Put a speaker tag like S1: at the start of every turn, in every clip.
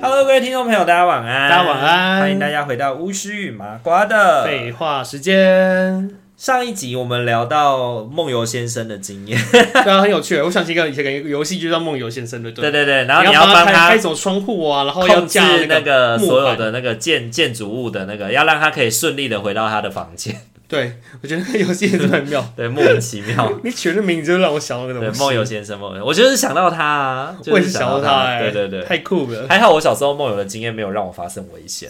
S1: Hello，各位听众朋友，大家晚安，
S2: 大家晚安
S1: 欢迎大家回到巫师与麻瓜的
S2: 废话时间，
S1: 上一集我们聊到梦游先生的经验，
S2: 对啊，很有趣。我 想起一个以前有一个游戏，就叫《梦游先生》，对不
S1: 对
S2: 对？
S1: 对对，然后
S2: 你
S1: 要
S2: 帮
S1: 帮
S2: 开
S1: 他
S2: 开什么窗户啊，然后要
S1: 控
S2: 架
S1: 制那
S2: 个
S1: 个
S2: 木
S1: 所有
S2: 板。
S1: 的那个建建筑物的那个，要让他可以顺利的回到他的房间。
S2: 对，我觉得那个游戏真的很妙。
S1: 对，莫名其 妙。
S2: 你取的名字就让我想到那个
S1: 对
S2: 东，西。
S1: 梦游先生，梦游，我就是想到他啊，
S2: 我
S1: 就
S2: 也是
S1: 想
S2: 想到
S1: 他。
S2: 哎，
S1: 对对对，
S2: 太酷了。
S1: 还好我小时候梦游的经验没有让我发生危险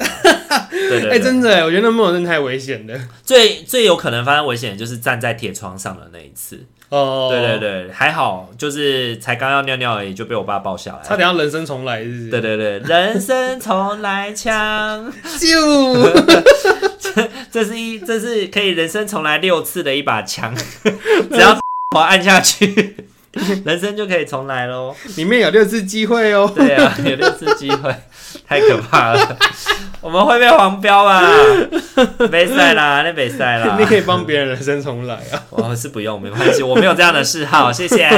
S1: 啊。对对对，
S2: 哎，真的，我觉得那梦游真的太危险了。
S1: 最最有可能发生危险的就是站在铁窗上的那一次。
S2: 哦，
S1: 对对，对，还好，就是才刚要尿尿而已，就被我爸抱下
S2: 差
S1: 来。
S2: 点要人生重来，是不是？
S1: 对对对，人生重来枪，
S2: 就
S1: 这是一这是可以人生重来六次的一把枪， 只要我按下去， 人生就可以重来喽。
S2: 里面有六次机会哦。
S1: 对 啊，有六次机会，太可怕了，我们会被黄标 吧？没赛啦，那没赛啦
S2: 你。可以帮别人人生重来 啊！
S1: 我是不用，没关系，我没有这样的 嗜好，谢谢。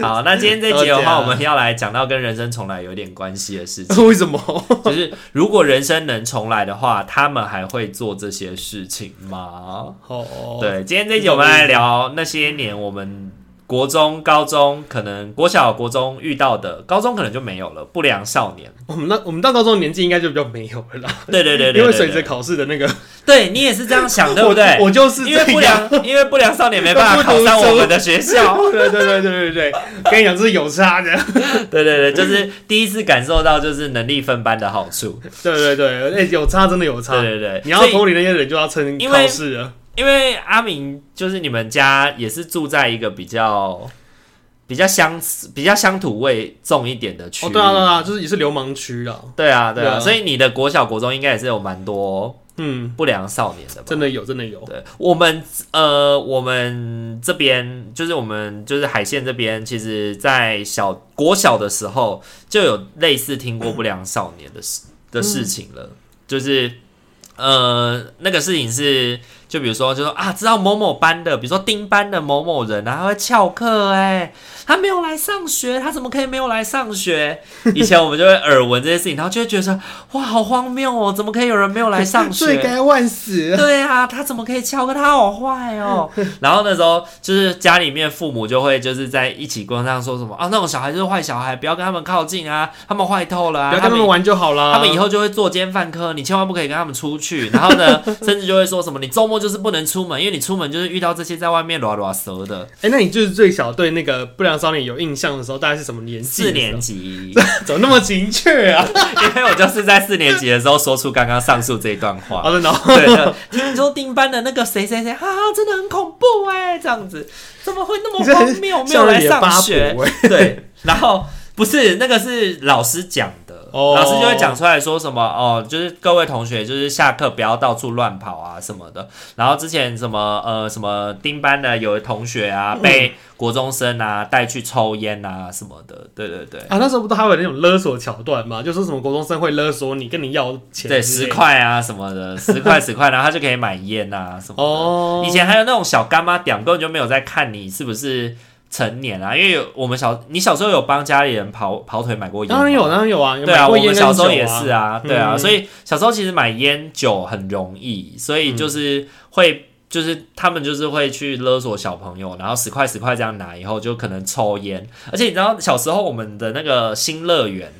S1: 好，那今天这集的
S2: 都这样
S1: 话，我们要来讲到跟人生重来有点关系的事 情，
S2: 为什么？
S1: 就是如果人生能重来的话，他们还会做这些事情吗？
S2: 哦，
S1: 对，今天这集我们来聊那些年我们国中、高中，可能国小、国中遇到的，高中可能就没有了不良 少年。
S2: 我们那我们到高中的年纪应该就比较没有了啦，
S1: 对对对对
S2: 因为
S1: 对
S2: 随着考试的那个，
S1: 对你也是这样想，对不对？
S2: 我我就是
S1: 因为
S2: 这
S1: 不
S2: 样。
S1: 良，因为不良少年没办法考上我们的学校。
S2: 对对对对对对，跟你讲这是有差的，
S1: 对对对，就是第一次感受到就是能力分班的 好处。
S2: 对对对，哎、有差真的有差。
S1: 对对对，
S2: 啊你要
S1: 所以
S2: 脱离那些人，就要趁
S1: 因为
S2: 考试啊了。
S1: 因为阿明就是你们家也是住在一个比较比较乡比较乡土味重一点的区
S2: 哦，
S1: 域。
S2: 对啊对啊，就是也是流氓区啦。
S1: 对啊，对
S2: 对啊
S1: 啊，所以你的国小、国中应该也是有蛮多
S2: 嗯，
S1: 不良少年的吧？
S2: 真的有，真的有。
S1: 对，我们呃，我们这边就是我们就是海线这边，其实，在小国小的时候就有类似听过不良少年的事的事情了，就是呃，那个事情是。就比如说，就说啊，知道某某班的，比如说丁班的某某人啊，他会翘课哎、他没有来上学，他怎么可以没有来上学？以前我们就会耳闻这些事情，然后就会觉得说，哇，好荒谬哦，怎么可以有人没有来上 学？
S2: 万 死。
S1: 对啊，他怎么可以翘课？他好 坏哦。然后那时候就是家里面父母就会就是在一起跟上说什么啊，那种小孩就是坏小孩，不要跟他们靠近啊，他们坏透了
S2: 不
S1: 啊，
S2: 要跟他们玩就啊好啦。
S1: 他们以后就会作奸犯科，你千万不可以跟他们出去。然后 呢，甚至就会说什么你周末就是不能出门，因为你出门就是遇到这些在外面拉拉蛇的。
S2: 哎、那你就是最小对那个不良少年有印象的时候，大概是什么年纪？
S1: 四 年，级，
S2: 怎么那么精确啊？
S1: 因为我就是在四年级的时候说出刚刚上述这一段话。
S2: 好的呢。
S1: 对，就听说丁班的那个谁谁谁，哈、哈，真的很恐怖哎、这样子怎么会那么
S2: 你这
S1: 荒谬？没 有来上学，
S2: 欸
S1: 对，然后不是那个是老师讲的，
S2: 哦
S1: 老师就会讲出来说什么哦，就是各位同学就是下课不要到处乱跑啊什么的。然后之前什么呃什么丁班的有同学啊被国中生啊带去抽烟啊什么的，对对对。
S2: 啊，那时候不都还有那种勒索桥段吗？就说什么国中生会勒索你，跟你要钱，
S1: 对，十。块啊什么的，十块十块，然后他就可以买烟啊什么的。
S2: 哦，
S1: 以前还有那种小干妈点，根本就没有在看你是不是成年啊，因为有我们小你小时候有帮家里人跑跑腿买过烟吗，
S2: 当然有，当然有啊，有
S1: 对
S2: 买
S1: 啊，
S2: 过
S1: 我
S2: 烟
S1: 们
S2: 跟
S1: 小时候
S2: 酒
S1: 也是啊，对啊，
S2: 嗯
S1: 所以小时候其实买烟酒很容易，所
S2: 嗯
S1: 以就是会。就是他们就是会去勒索小朋友，然后十块十块这样拿，以后就可能抽烟。而且你知道小时候我们的那个新乐园，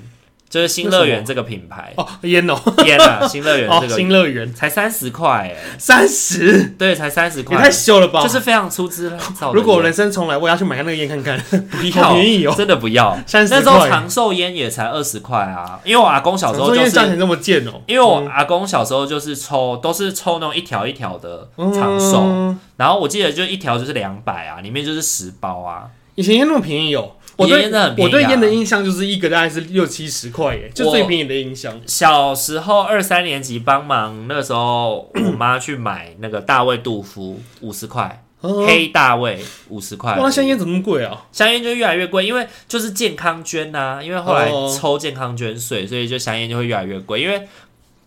S1: 就是新乐园这个品牌
S2: 哦，烟哦，
S1: 烟啊，新乐园
S2: 哦
S1: 这，个
S2: 新乐 园
S1: 才三十块哎，
S2: 三十，
S1: 对，才三十
S2: 也
S1: 块，
S2: 太秀了吧！
S1: 就是非常粗制滥造的烟。
S2: 如果我人生重来，我也要去买下那个烟看 看，
S1: 不
S2: 好
S1: 要，
S2: 便宜哦，
S1: 真的不要。
S2: 三
S1: 那
S2: 十
S1: 时候
S2: 块。
S1: 长寿烟也才二十块啊，因为我阿公小时候
S2: 长
S1: 就
S2: 寿烟价
S1: 是，
S2: 钱这么贱哦，
S1: 因为我阿公小时候就是抽，都是抽那种一条一条的长寿，
S2: 嗯
S1: 然后我记得就一条就是两百啊，里面就是十包啊。
S2: 以前烟那么便宜哦，我
S1: 爷
S2: 对
S1: 烟真的很便
S2: 我
S1: 宜、啊。
S2: 对烟的印象就是一个大概是六七十块耶，就
S1: 我
S2: 最便宜的印象。
S1: 小时候二三年级帮忙，那个时候我妈去买那个大卫杜夫五十块，
S2: 哦
S1: 黑大卫五十块。
S2: 哇，香烟怎么那么贵啊？
S1: 香烟就越来越贵，因为就是健康捐呐、因为后来
S2: 哦
S1: 抽健康捐税，所以就香烟就会越来越贵，因为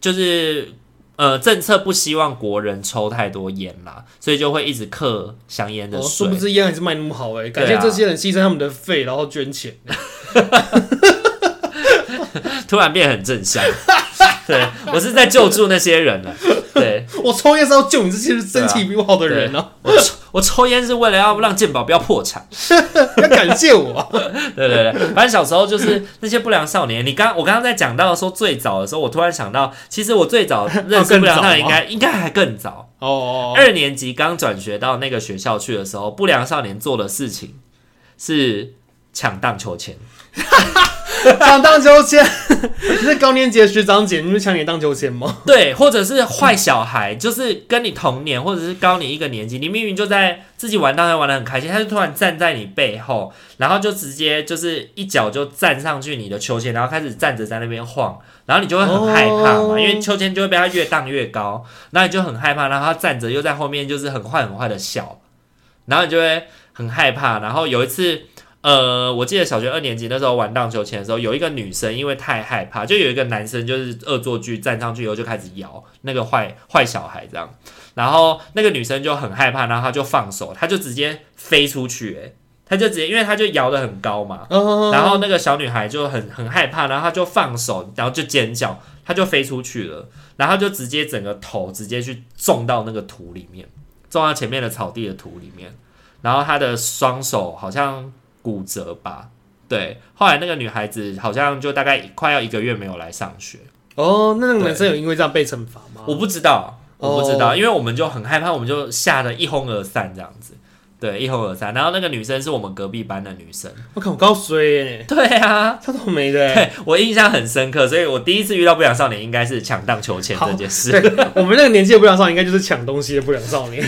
S1: 就是呃政策不希望国人抽太多烟啦，所以就会一直克香烟的
S2: 哦，
S1: 税。
S2: 殊不知烟还是卖那么好哎，感
S1: 对
S2: 谢
S1: 啊
S2: 这些人牺牲他们的肺，然后捐钱。
S1: 突然变很正 向，对我是在救助那些人了。对
S2: 我抽烟是要救你这些身体比我好的人啊，
S1: 我抽我抽烟是为了要让健保不要破产。
S2: 要感谢我 啊。
S1: 对对对，反正小时候就是那些不良少年。你刚我刚刚在讲到说最早的时候，我突然想到，其实我最早认识不良少年应该应该还更早。
S2: 哦，
S1: 二年级刚转学到那个学校去的时候，不良少年做的事情是抢荡秋千。
S2: 抢荡哦秋千， 你是高年级的学长姐，你们抢你的荡秋千吗？
S1: 对，或者是坏小孩，就是跟你同年或者是高你一个年级，你明明就在自己玩当然玩的很开心，他就突然站在你背后，然后就直接就是一脚就站上去你的秋千，然后开始站着在那边晃，然后你就会很害怕嘛，
S2: 哦
S1: 因为秋千就会被他越荡越高，然后你就很害怕，然后他站着又在后面就是很坏很坏的笑，然后你就会很害怕，然后有一次。呃，我记得小学二年级那时候玩荡秋千的时候，有一个女生因为太害怕，就有一个男生就是恶作剧站上去以后就开始摇那个坏坏小孩这样，然后那个女生就很害怕，然后她就放手，她就直接飞出去、欸，她就直接因为她就摇得很高嘛，
S2: 哦，
S1: 然后那个小女孩就很很害怕，然后她就放手，然后就尖叫，她就飞出去了，然后就直接整个头直接去撞到那个土里面，撞到前面的草地的土里面，然后她的双手好像骨折吧，对，后来那个女孩子好像就大概快要一个月没有来上学，
S2: 哦，那那个男生有因为这样被惩罚吗？
S1: 我不知道，我不知道，
S2: 哦
S1: 因为我们就很害怕，我们就吓得一哄而散这样子。对，一哄而散。然后那个女生是我们隔壁班的女生。
S2: 我靠，我高衰耶，
S1: 对啊，
S2: 超倒霉的欸耶。
S1: 对我印象很深刻，所以我第一次遇到不良少年应该是抢荡秋千这件事，
S2: 对我们那个年纪的不良少年，应该就是抢东西的不良少 年，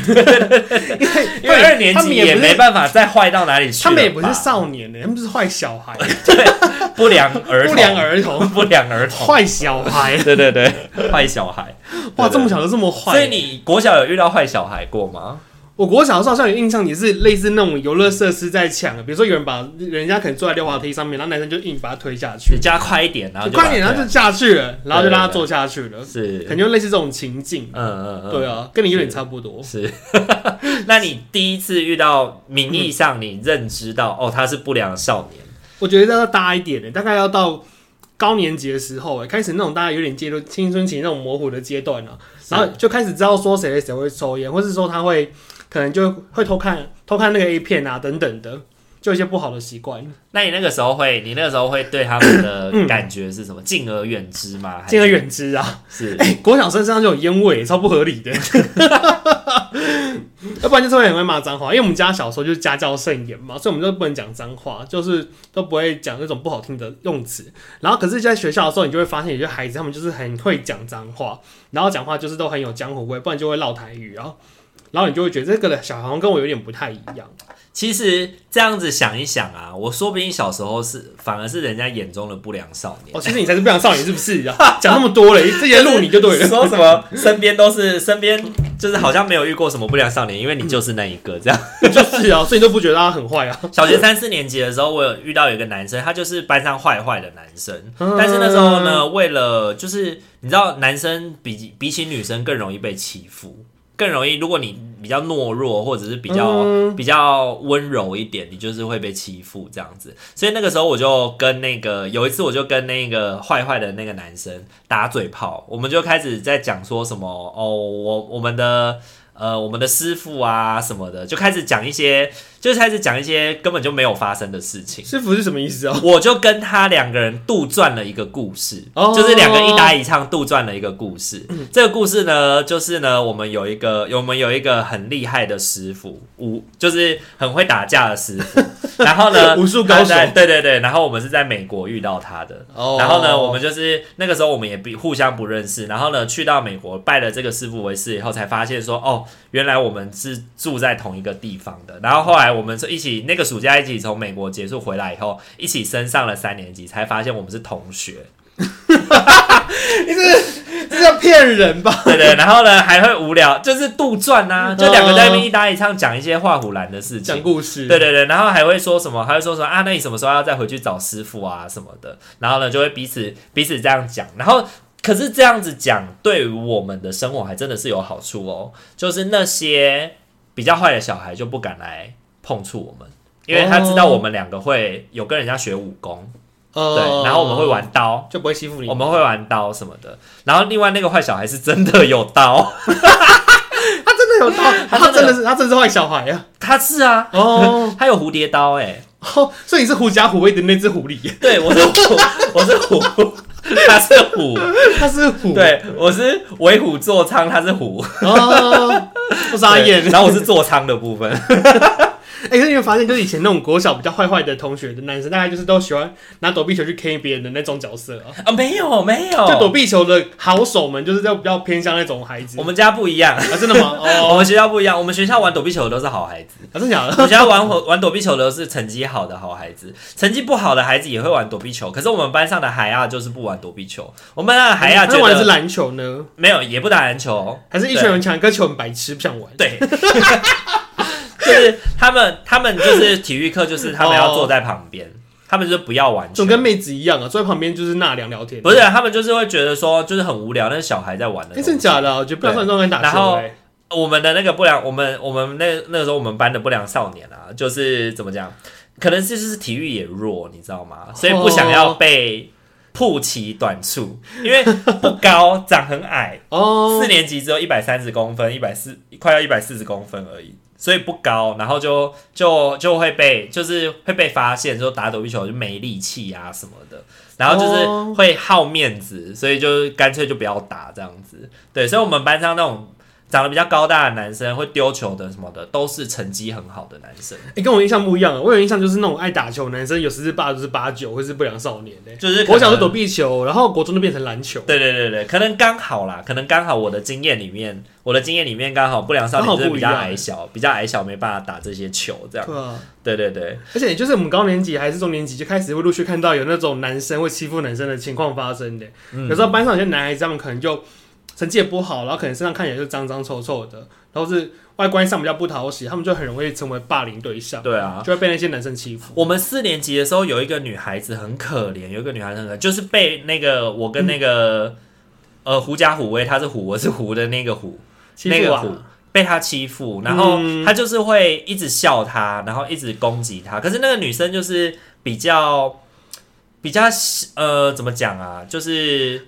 S1: 因为二年
S2: 他
S1: 级
S2: 们也
S1: 也
S2: 不是
S1: 没办法再坏到哪里去了吧，
S2: 他们也不是少年欸的，他们就是坏小孩，
S1: 不良儿童
S2: 不良儿童，
S1: 不良儿童，
S2: 坏小孩。
S1: 对对对，坏小孩，
S2: 哇，
S1: 对
S2: 这么小就这么坏。
S1: 所以你国小有遇到坏小孩过吗？
S2: 我国小的时候好像有印象，也是类似那种游乐设施在抢，比如说有人把人家可能坐在溜滑梯上面，然后男生就硬把他推下去
S1: 你，加快一点，然后
S2: 就
S1: 就把啊
S2: 快点，然后就下去了，然后就让他坐下去了，
S1: 是，
S2: 可
S1: 嗯
S2: 能就类似这种情境。
S1: 嗯嗯，
S2: 对啊，跟你有点差不多。
S1: 是。 那你第一次遇到名义上你认知到哦他是不良少年，
S2: 我觉得要大一点的，大概要到高年级的时候，哎，开始那种大家有点阶段青春期那种模糊的阶段啊，然后就开始知道说谁谁会抽烟，或是说他会可能就会偷看偷看那个 A 片啊等等的，就一些不好的习惯。
S1: 那你那个时候会，你那个时候会对他们的感觉是什么？敬而远之吗？还是
S2: 嗯敬而远之啊。
S1: 是
S2: 哎、国小生身上就有烟味，超不合理的。要不然就是会很会骂脏话，因为我们家小时候就是家教甚严嘛，所以我们就不能讲脏话，就是都不会讲那种不好听的用词。然后可是在学校的时候，你就会发现有些孩子他们就是很会讲脏话，然后讲话就是都很有江湖味，不然就会唠台语，然后然后你就会觉得这个小孩好像跟我有点不太一样。
S1: 其实这样子想一想啊，我说不定小时候是反而是人家眼中的不良少年。
S2: 哦，其实你才是不良少年是不是啊？讲那么多了，这些路你就对了。
S1: 说什么身边都是身边就是好像没有遇过什么不良少年，因为你就是那一个这样。
S2: 就是啊，所以你都不觉得他很坏啊？
S1: 小学三四年级的时候，我有遇到有一个男生，他就是班上坏坏的男生。但是那时候呢，为了就是你知道，男生比比起女生更容易被欺负，更容易。如果你比较懦弱，或者是比较、比较温柔一点，你就是会被欺负这样子。所以那个时候我就跟那个有一次我就跟那个坏坏的那个男生打嘴炮，我们就开始在讲说什么哦，我我们的。呃，我们的师傅啊什么的，就开始讲一些，就开始讲一些根本就没有发生的事 情。
S2: 师傅是什么意思啊？
S1: 我就跟他两个人杜撰了一个故事，
S2: 哦嗯
S1: 就是两个一搭一唱杜撰了一个故事。这个故事呢，就是呢，我们有一个我们有一个很厉害的师傅，武就是很会打架的 师傅。然后呢，
S2: 武术高手
S1: 他在对对对。然后我们是在美国遇到他的。
S2: 哦
S1: 然后呢，我们就是那个时候我们也不互相不认识，然后呢，去到美国拜了这个师傅为师以后，才发现说，哦，原来我们是住在同一个地方的。然后后来来我们是一起那个暑假一起从美国结束回来以后，一起升上了三年级，才发现我们是同学。
S2: 你这这叫骗人吧？
S1: 对对，然后呢还会无聊，就是杜撰呐、啊，就两个在那边一搭一唱讲一些画虎兰的事
S2: 讲
S1: 情。
S2: 故事，
S1: 对对对，然后还会说什么？还会说什么啊？那你什么时候要再回去找师傅啊什么的？然后呢，就会彼此彼此这样讲。然后，可是这样子讲对于我们的生活还真的是有好处哦。就是那些比较坏的小孩就不敢来碰触我们，因为他知道我们两个会有跟人家学武功，
S2: 呃
S1: 对，然后我们会玩刀，
S2: 就不会欺负你
S1: 我。们会玩刀什么的。然后另外那个坏小孩是真的有刀，
S2: 他真的有道，
S1: 他
S2: 他
S1: 真的
S2: 真
S1: 有
S2: 的是他真的是坏小孩啊！
S1: 他是啊，
S2: 哦，
S1: 他有蝴蝶刀哎、
S2: 哦所以你是狐假虎威的那只狐 狸，
S1: 对我是虎，我是虎，他是虎，
S2: 他是虎，，
S1: 对我是为虎作伥，他是虎，
S2: 哦，不眨眼
S1: 对。然后我是座仓的部 分，
S2: 哎、可是你有发现，就是以前那种国小比较坏坏的同学的男生，大概就是都喜欢拿躲避球去 K 别人的那种角色啊。
S1: 啊没有没有，
S2: 就躲避球的好手们，就是在比较偏向那种孩子。
S1: 我们家不一样。
S2: 啊，真的吗？
S1: 我
S2: 哦，
S1: 们学校不一样，我们学校玩躲避球的都是好 孩子，
S2: 啊、真的假
S1: 我
S2: 的？
S1: 们学校玩火玩躲避球的都是成绩好的好孩子，成绩不好的孩子也会玩躲避球。可是我们班上的海亚就是不玩躲避球，我嗯们班上的海亚觉
S2: 他玩的是
S1: 得
S2: 篮球呢，
S1: 没有也不打篮球，
S2: 还是一群人抢一个球很白痴，不想玩？
S1: 对， 就是他们，他们就是体育课，就是他们要坐在旁边，他们就是不要玩球
S2: 总。跟妹子一样啊，坐在旁边就是纳凉聊天。
S1: 不是，他们就是会觉得说，就是很无聊，那是小孩在玩的
S2: 哎、
S1: 东西。
S2: 真的假的、啊？我觉得不要算这种人打
S1: 然
S2: 球、
S1: 后
S2: 欸。
S1: 我们的那个不良，我们我们那那个时候我们班的不良少年啊，就是怎么讲，可能是就是体育也弱，你知道吗？所以不想
S2: 哦
S1: 要被曝其短处，因为不高，长很矮，
S2: 哦
S1: 四，年级只有一百三十公分，一百四快要一百四十公分而已，所以不高，然后就就就会被就是会被发现说打躲避球就没力气啊什么的，然后就是
S2: 哦
S1: 会好面子，所以就干脆就不要打这样子。对，所以我们班上那种长得比较高大的男生会丢球的什么的，都是成绩很好的男生，
S2: 哎、跟我印象不一样啊。我有印象就是那种爱打球的男生，有时是八就是八九，或是不良少年的、欸。
S1: 就是可
S2: 国小
S1: 能
S2: 是躲避球，然后国中就变成篮球。
S1: 对对对对，可能刚好啦，可能刚好我的经验里面，我的经验里面刚好不良少
S2: 刚
S1: 年
S2: 好
S1: 就是
S2: 不
S1: 比
S2: 一
S1: 较
S2: 样
S1: 矮小，比较矮小没办法打这些球这样。
S2: 对啊，
S1: 对对对，
S2: 而且就是我们高年级还是中年级，就开始会陆续看到有那种男生会欺负男生的情况发生的。
S1: 嗯
S2: 有时候班上有些男孩子，他们可能就成绩也不好，然后可能身上看起来就脏脏臭臭的，然后是外观上比较不讨喜，他们就很容易成为霸凌对象，
S1: 对啊。
S2: 就会被那些男生欺负。
S1: 我们四年级的时候有一个女孩子很可怜，有一个女孩子很可怜，就是被那个我跟那
S2: 嗯
S1: 个、呃狐假虎威，她是虎，我是狐的那个虎，
S2: 欺
S1: 那
S2: 负
S1: 个
S2: 啊
S1: 虎！被她欺负，然后
S2: 嗯
S1: 她就是会一直笑她，然后一直攻击她。可是那个女生就是比较比较呃怎么讲啊，就是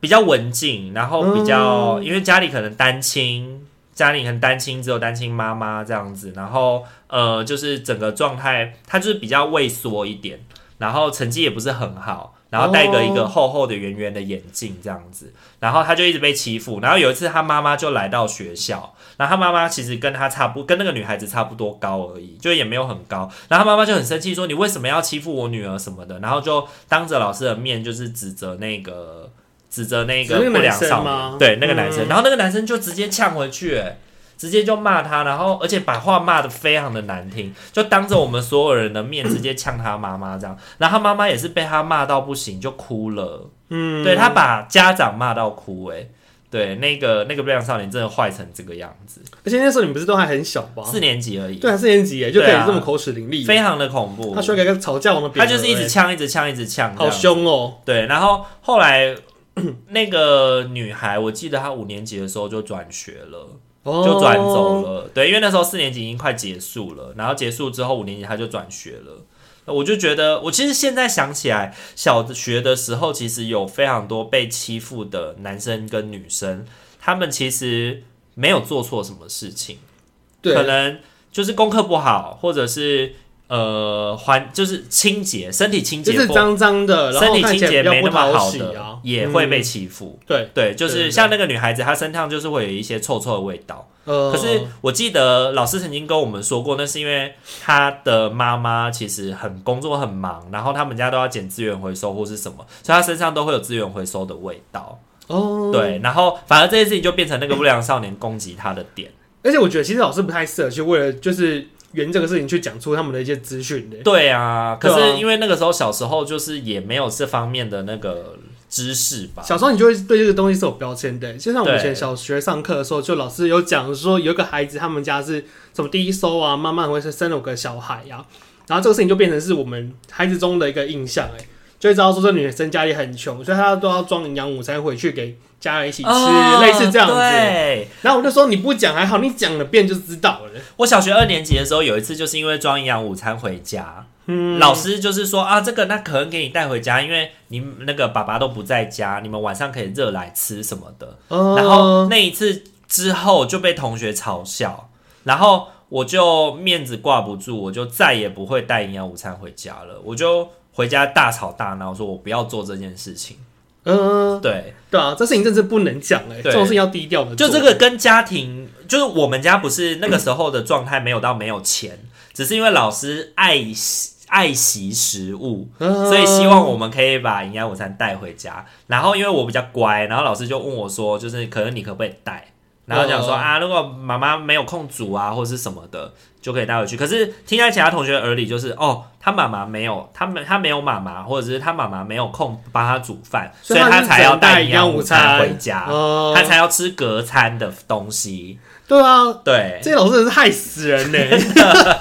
S1: 比较文静，然后比较、
S2: 嗯
S1: 因为家里可能单亲，家里可能单亲只有单亲妈妈这样子，然后呃就是整个状态她就是比较畏缩一点，然后成绩也不是很好。然后戴个一
S2: 哦
S1: 个厚厚的圆圆的眼镜这样子，然后他就一直被欺负。然后有一次，他妈妈就来到学校，然后他妈妈其实跟他差不跟那个女孩子差不多高而已，就也没有很高。然后他妈妈就很生气，说你为什么要欺负我女儿什么的，然后就当着老师的面就是指责那个指责那个
S2: 指责那个
S1: 不良
S2: 男生
S1: 少
S2: 吗
S1: 年，对那个男生。
S2: 嗯
S1: 然后那个男生就直接呛回去、欸直接就骂他，然后而且把话骂的非常的难听，就当着我们所有人的面直接呛他妈妈这样，然后他妈妈也是被他骂到不行，就哭了。
S2: 嗯，
S1: 对他把家长骂到哭、欸，对，那个那个不良少年真的坏成这个样子，
S2: 而且那时候你们不是都还很小吧？
S1: 四年级而已，
S2: 对啊，四年级耶就可以
S1: 对啊
S2: 这么口齿伶俐，
S1: 非常的恐怖
S2: 他。说给个吵架王的匾额
S1: 他就是一直
S2: 耶
S1: 呛，一直呛，一直呛，这
S2: 好
S1: 样
S2: 凶哦，
S1: 对，然后后来 那个女孩，我记得她五年级的时候就转学了。
S2: 哦
S1: 就转走。了。对，因为那时候四年级已经快结束了，然后结束之后五年级他就转学了。那我就觉得，我其实现在想起来，小学的时候其实有非常多被欺负的男生跟女生，他们其实没有做错什么事情，
S2: 对
S1: 可，能就是功课不好，或者是呃环就是清洁，身体清
S2: 就
S1: 洁
S2: 是
S1: 不，
S2: 脏脏的，然
S1: 身
S2: 后
S1: 体
S2: 看
S1: 清
S2: 起来
S1: 洁
S2: 比较
S1: 没
S2: 不
S1: 那么
S2: 讨
S1: 好
S2: 喜
S1: 的、
S2: 啊，
S1: 也会被
S2: 嗯
S1: 欺负。
S2: 对，
S1: 对，就
S2: 对
S1: 是
S2: 对
S1: 像那个女孩子，她身上就是会有一些臭臭的味道。
S2: 呃，
S1: 可是我记得老师曾经跟我们说过，那是因为他的妈妈其实很工作很忙，然后他们家都要捡资源回收或是什么，所以他身上都会有资源回收的味道。
S2: 哦，
S1: 对，然后反而这件事情就变成那个不良少年攻击他的点。
S2: 而且我觉得其实老师不太适合去为了就是沿这个事情去讲出他们的一些资讯的。
S1: 对啊，可
S2: 对啊
S1: 是因为那个时候小时候就是也没有这方面的那个知识吧。
S2: 小时候你就会对这个东西是有标签的，就像我们以前
S1: 对
S2: 小学上课的时候，就老师有讲说有一个孩子他们家是什么第一收啊，妈妈会生了个小孩呀、然后这个事情就变成是我们孩子中的一个印象，哎，就会知道说这女生家里很穷，所以她都要装营养午餐回去给家人一起吃，
S1: 哦
S2: 类似这样子。
S1: 对，
S2: 然后我就说你不讲还好，你讲了遍就知道了。
S1: 我小学二年级的时候有一次，就是因为装营养午餐回家，
S2: 嗯，
S1: 老师就是说啊，这个那可能给你带回家，因为你那个爸爸都不在家，你们晚上可以热来吃什么的。
S2: 哦
S1: 然后那一次之后就被同学嘲笑，然后我就面子挂不住，我就再也不会带营养午餐回家了，我就回家大吵大闹，说我不要做这件事情。
S2: 嗯，
S1: 对，
S2: 对啊，这事情真是不能讲哎、这
S1: 对
S2: 种事情要低调的。
S1: 就这个，跟家庭，就是我们家不是那个时候的状态，没有到没有钱，只是因为老师爱惜爱惜食物，
S2: 嗯
S1: 所以希望我们可以把营养午餐带回家。然后因为我比较乖，然后老师就问我说，就是可能你可不可以带？然后讲说
S2: 哦
S1: 啊，如果妈妈没有空煮啊，或者是什么的，就可以带回去。可是听在其他同学耳里，就是哦，他妈妈没有，他没他没有妈妈，或者是他妈妈没有空帮他煮饭，
S2: 所
S1: 所
S2: 以
S1: 以
S2: 他
S1: 他
S2: 是
S1: 才
S2: 只
S1: 要
S2: 能带
S1: 带
S2: 营
S1: 营
S2: 养
S1: 养
S2: 午
S1: 午餐嗯
S2: 餐
S1: 回家，
S2: 哦
S1: 他才要吃隔餐的东西。
S2: 对啊，
S1: 对，
S2: 这些老师真是害死人呢、哎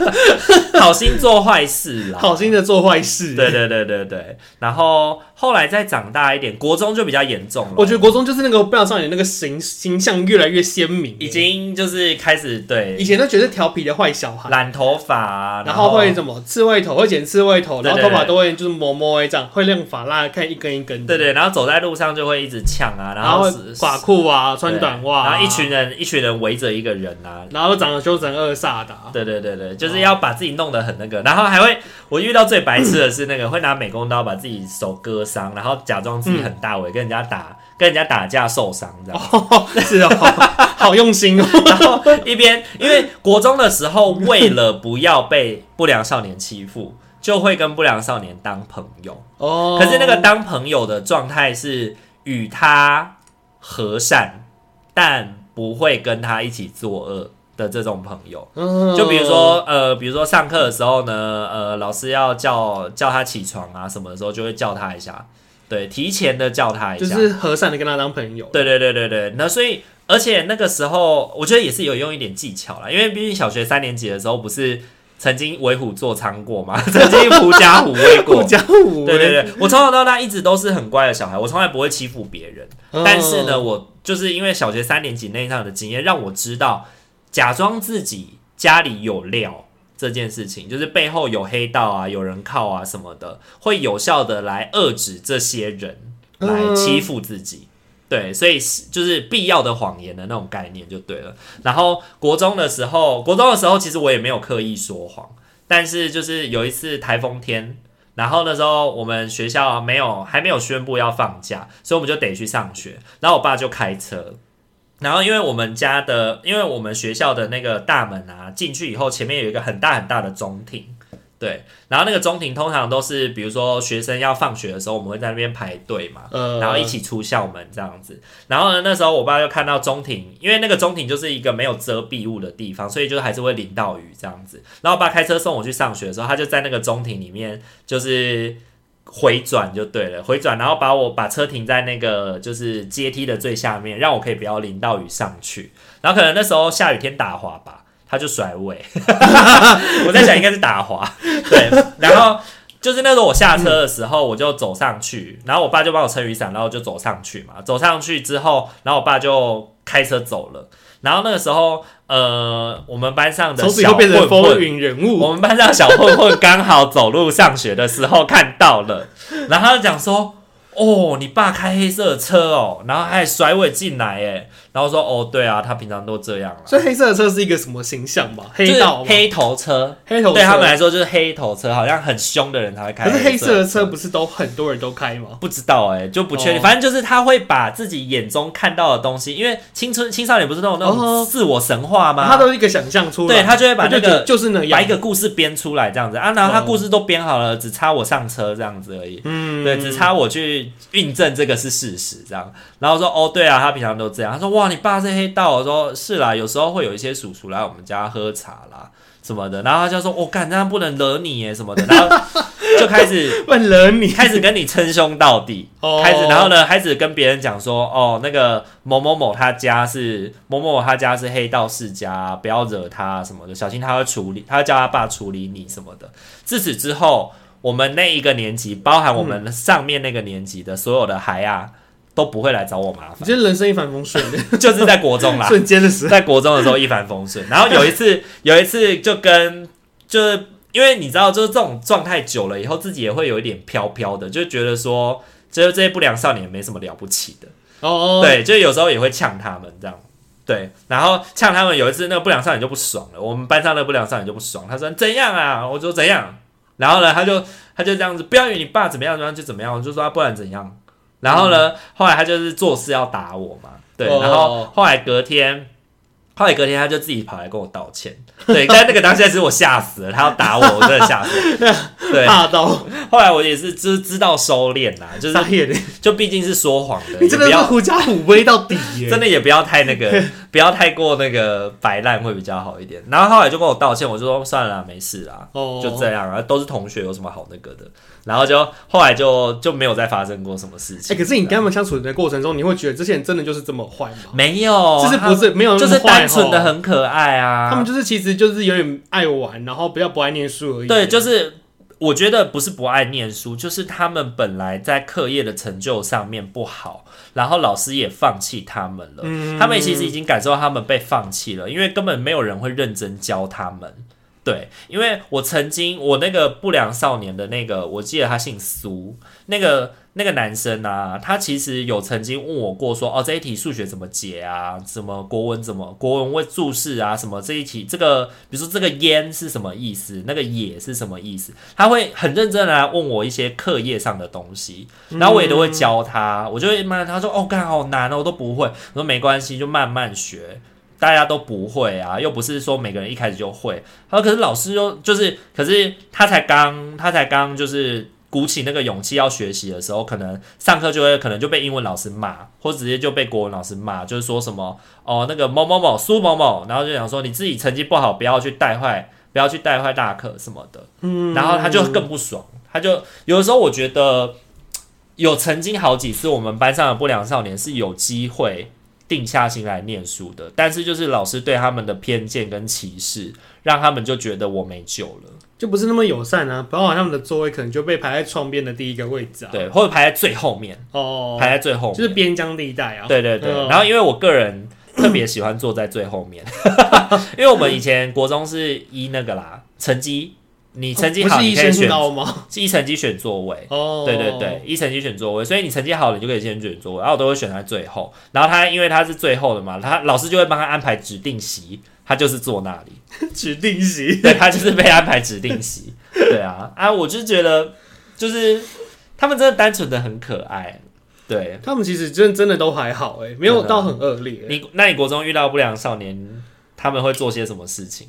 S1: 好心做坏事啦，
S2: 好心的做坏事。
S1: 对对对对对，然后后来再长大一点，国中就比较严重了。
S2: 我觉得国中就是那个不良少年那个形形象越来越鲜明，
S1: 已经就是开始
S2: 以
S1: 对
S2: 前都觉得调皮的坏小孩，
S1: 染头发啊，
S2: 然
S1: 然
S2: 后会什么刺猬头，会剪刺猬头，
S1: 对
S2: 然
S1: 对
S2: 后头发都会就是摸摸诶这样，会亮发蜡，看一根一根的，
S1: 对，对，然后走在路上就会一直呛啊，
S2: 然
S1: 后
S2: 后
S1: 是
S2: 会垮裤啊，穿短袜啊，
S1: 然后一群人一群人围着一个人啊。
S2: 然后长得凶神恶煞的啊，
S1: 对对对对，就是要把自己弄得很那个，然后还会，我遇到最白痴的是 那个会拿美工刀把自己手割伤，然后假装自己很大伟，跟人家打，跟人家打架受伤这样。
S2: 是嗯哦，好用心哦，
S1: 然后一 边因为国中的时候，为了不要被不良少年欺负，就会跟不良少年当朋友。
S2: 哦，
S1: 可是那个当朋友的状态是与他和善，但不会跟他一起作恶的这种朋友。
S2: 嗯，
S1: 就比如说，呃，比如说上课的时候呢，呃，老师要叫叫他起床啊什么的时候，就会叫他一下，对，提前的叫他一
S2: 就
S1: 下，
S2: 是和善的跟他当朋友，
S1: 对对对对对，那所以而且那个时候，我觉得也是有用一点技巧啦，因为毕竟小学三年级的时候不是曾经为虎作伥过嘛， 曾经 狐假虎威
S2: 互
S1: 过。
S2: 加互
S1: 对对对，我从小到大一直都是很乖的小孩，我从来不会欺负别人。
S2: 嗯
S1: 但是呢，我就是因为小学三年级那一趟的经验，让我知道假装自己家里有料这件事情，就是背后有黑道啊、有人靠啊什么的，会有效的来遏制这些人来欺负自己。对，所以是就是必要的谎言的那种概念就对了。然后国中的时候，国中的时候其实我也没有刻意说谎，但是就是有一次台风天，然后那时候我们学校没有还没有宣布要放假，所以我们就得去上学。然后我爸就开车，然后因为我们家的，因为我们学校的那个大门啊，进去以后前面有一个很大很大的中庭。对，然后那个中庭通常都是，比如说学生要放学的时候，我们会在那边排队嘛，
S2: 呃，
S1: 然后一起出校门这样子。然后呢，那时候我爸就看到中庭，因为那个中庭就是一个没有遮蔽物的地方，所以就是还是会淋到雨这样子。然后我爸开车送我去上学的时候，他就在那个中庭里面就是回转就对了，回转，然后把我把车停在那个就是阶梯的最下面，让我可以不要淋到雨上去。然后可能那时候下雨天打滑吧，他就甩尾， 我在想应该是打滑，对，然后。就是那时候我下车的时候，我就走上去，然后我爸就帮我撑雨伞，然后我就走上去嘛。走上去之后，然后我爸就开车走了。然后那个时候，呃，我们班上的
S2: 从此以
S1: 小
S2: 后
S1: 混
S2: 变成风
S1: 混，
S2: 云人物，
S1: 我们班上的小混混刚好走路上学的时候看到了，然后他就讲说：“哦，你爸开黑色的车哦。”然后还甩尾进来，哎，然后说：“哦，对啊，他平常都这样
S2: 所
S1: 了。
S2: 以黑色的车是一个什么形象嘛？”
S1: 就是
S2: 黑道嘛
S1: 黑头车，
S2: 黑头车
S1: 对他们来说就是黑头车，好像很凶的人才会开。
S2: 可是黑色的车
S1: 车
S2: 不是都很多人都开吗？
S1: 不知道哎、就不确定。
S2: 哦
S1: 反正就是他会把自己眼中看到的东西，因为青春青少年不是都有那
S2: 哦
S1: 种自我神话吗？
S2: 他都是一个想象出来，
S1: 对他就会把那
S2: 就觉得
S1: 个
S2: 就是那样，
S1: 把一个故事编出来这样子啊，然后他
S2: 哦
S1: 故事都编好了，只差我上车这样子而已。
S2: 嗯
S1: 对，只差我去去印证这个是事实，这样。然后说哦，对啊，他平常都这样。他说哇，你爸是黑道。我说是啦，有时候会有一些叔叔来我们家喝茶啦什么的。然后他就说，我、哦、干，这样不能惹你耶什么的。然后就开始
S2: 问了你，
S1: 开始跟你称兄道弟，
S2: 哦
S1: 开始然后呢，开始跟别人讲说哦，那个某某某他家是某某某他家是黑道世家，不要惹他什么的，小心他会处理，他会叫他爸处理你什么的。自此之后，我们那一个年级，包含我们上面那个年级的所有的孩啊，都不会来找我麻
S2: 你今天人生一帆风顺 的
S1: 烦，就是在国中啦，
S2: 瞬间的时候，
S1: 在国中的时候一帆风顺。然后有一次，有一次就跟就是因为你知道，就是这种状态久了以后，自己也会有一点飘飘的，就觉得说，就是这些不良少年没什么了不起的。
S2: 哦，
S1: 对，就有时候也会呛他们这样。对，然后呛他们有一次，那个不良少年就不爽了，我们班上那个不良少年就不爽，他说怎样啊？我说怎样？然后呢，他就他就这样子，不要以为你爸怎么样，怎么样就怎么样，我就说、啊、不然怎样？然后呢，后来他就是做事要打我嘛，对，
S2: 嗯哦
S1: 然后后来隔天。后来隔天他就自己跑来跟我道歉，对，但那个当下其实我吓死了，他要打我，我真的吓死了。对，
S2: 大刀
S1: 后来我也是知知道收敛啦，就是
S2: 撒野的，
S1: 就毕竟是说谎的，
S2: 你真的是
S1: 也不要
S2: 狐假虎威到底耶！
S1: 真的也不要太 那个，不要太过那个摆烂会比较好一点。然后后来就跟我道歉，我就说算了啦，没事啦，
S2: 哦，
S1: 就这样啊，都是同学，有什么好那个的。然后就后来就就没有再发生过什么事
S2: 哎、
S1: 情。
S2: 可是你跟他们相处的过程中，你会觉得这些人真的就是这么坏吗？
S1: 没有，
S2: 就是不
S1: 哦他
S2: 是没有那
S1: 就
S2: 么
S1: 是
S2: 坏
S1: 单纯的
S2: 吼
S1: 很可爱啊。
S2: 他们就是其实就是有点爱玩，然后比较不爱念书而已。啊
S1: 对，就是是我觉得不是不爱念书，就是他们本来在课业的成就上面不好，然后老师也放弃他们了。
S2: 嗯
S1: 他们其实已经感受到他们被放弃了，因为根本没有人会认真教他们。对，因为我曾经我那个不良少年的那个，我记得他姓苏，那个那个男生啊，他其实有曾经问我过说，哦，这一题数学怎么解啊？什么国文怎么国文会注释啊？什么这一题这个，比如说这个烟是什么意思，那个也是什么意思？他会很认真的来问我一些课业上的东西，然后我也都会教他，我就会慢慢他说，哦，干好难哦，我都不会。我说没关系，就慢慢学。大家都不会啊，又不是说每个人一开始就会。他说：“可是老师又就是，可是他才刚，他才刚就是鼓起那个勇气要学习的时候，可能上课就会可能就被英文老师骂，或直接就被国文老师骂，就是说什么哦那个某某某苏某某，然后就讲说你自己成绩不好，不要去带坏，不要去带坏大课什么的。
S2: 嗯
S1: 然后他就更不爽，他就有的时候我觉得有曾经好几次我们班上的不良少年是有机会定下心来念书的，但是就是老师对他们的偏见跟歧视，让他们就觉得我没救了，
S2: 就不是那么友善啊，包括他们的座位可能就被排在窗边的第一个位置啊。，
S1: 对，或者排在最后面，
S2: 哦，
S1: 排在最后面，
S2: 就是边疆地带啊。，
S1: 对对对，
S2: 嗯
S1: 然后因为我个人特别喜欢坐在最 后面，因为我们以前国中是依那个啦，成绩你成绩
S2: 哦不
S1: 好
S2: 是
S1: 你
S2: 医
S1: 可以
S2: 生
S1: 选，
S2: 刀 吗？
S1: 是依成绩选座位。
S2: 哦，
S1: 对对对，，一成绩选座位，所以你成绩好了，你就可以先选座位，然后我都会选在最后。然后他因为他是最后的嘛，他老师就会帮他安排指定席，他就是坐那里，
S2: 指定 席。
S1: 对他就是被安排指定席。对啊，啊，我就觉得就是他们真的单纯的很可爱。对
S2: 他们其实真真的都还好哎、没
S1: 啊
S2: 有到很恶劣、
S1: 你，那你国中遇到不良少年，他们会做些什么事情？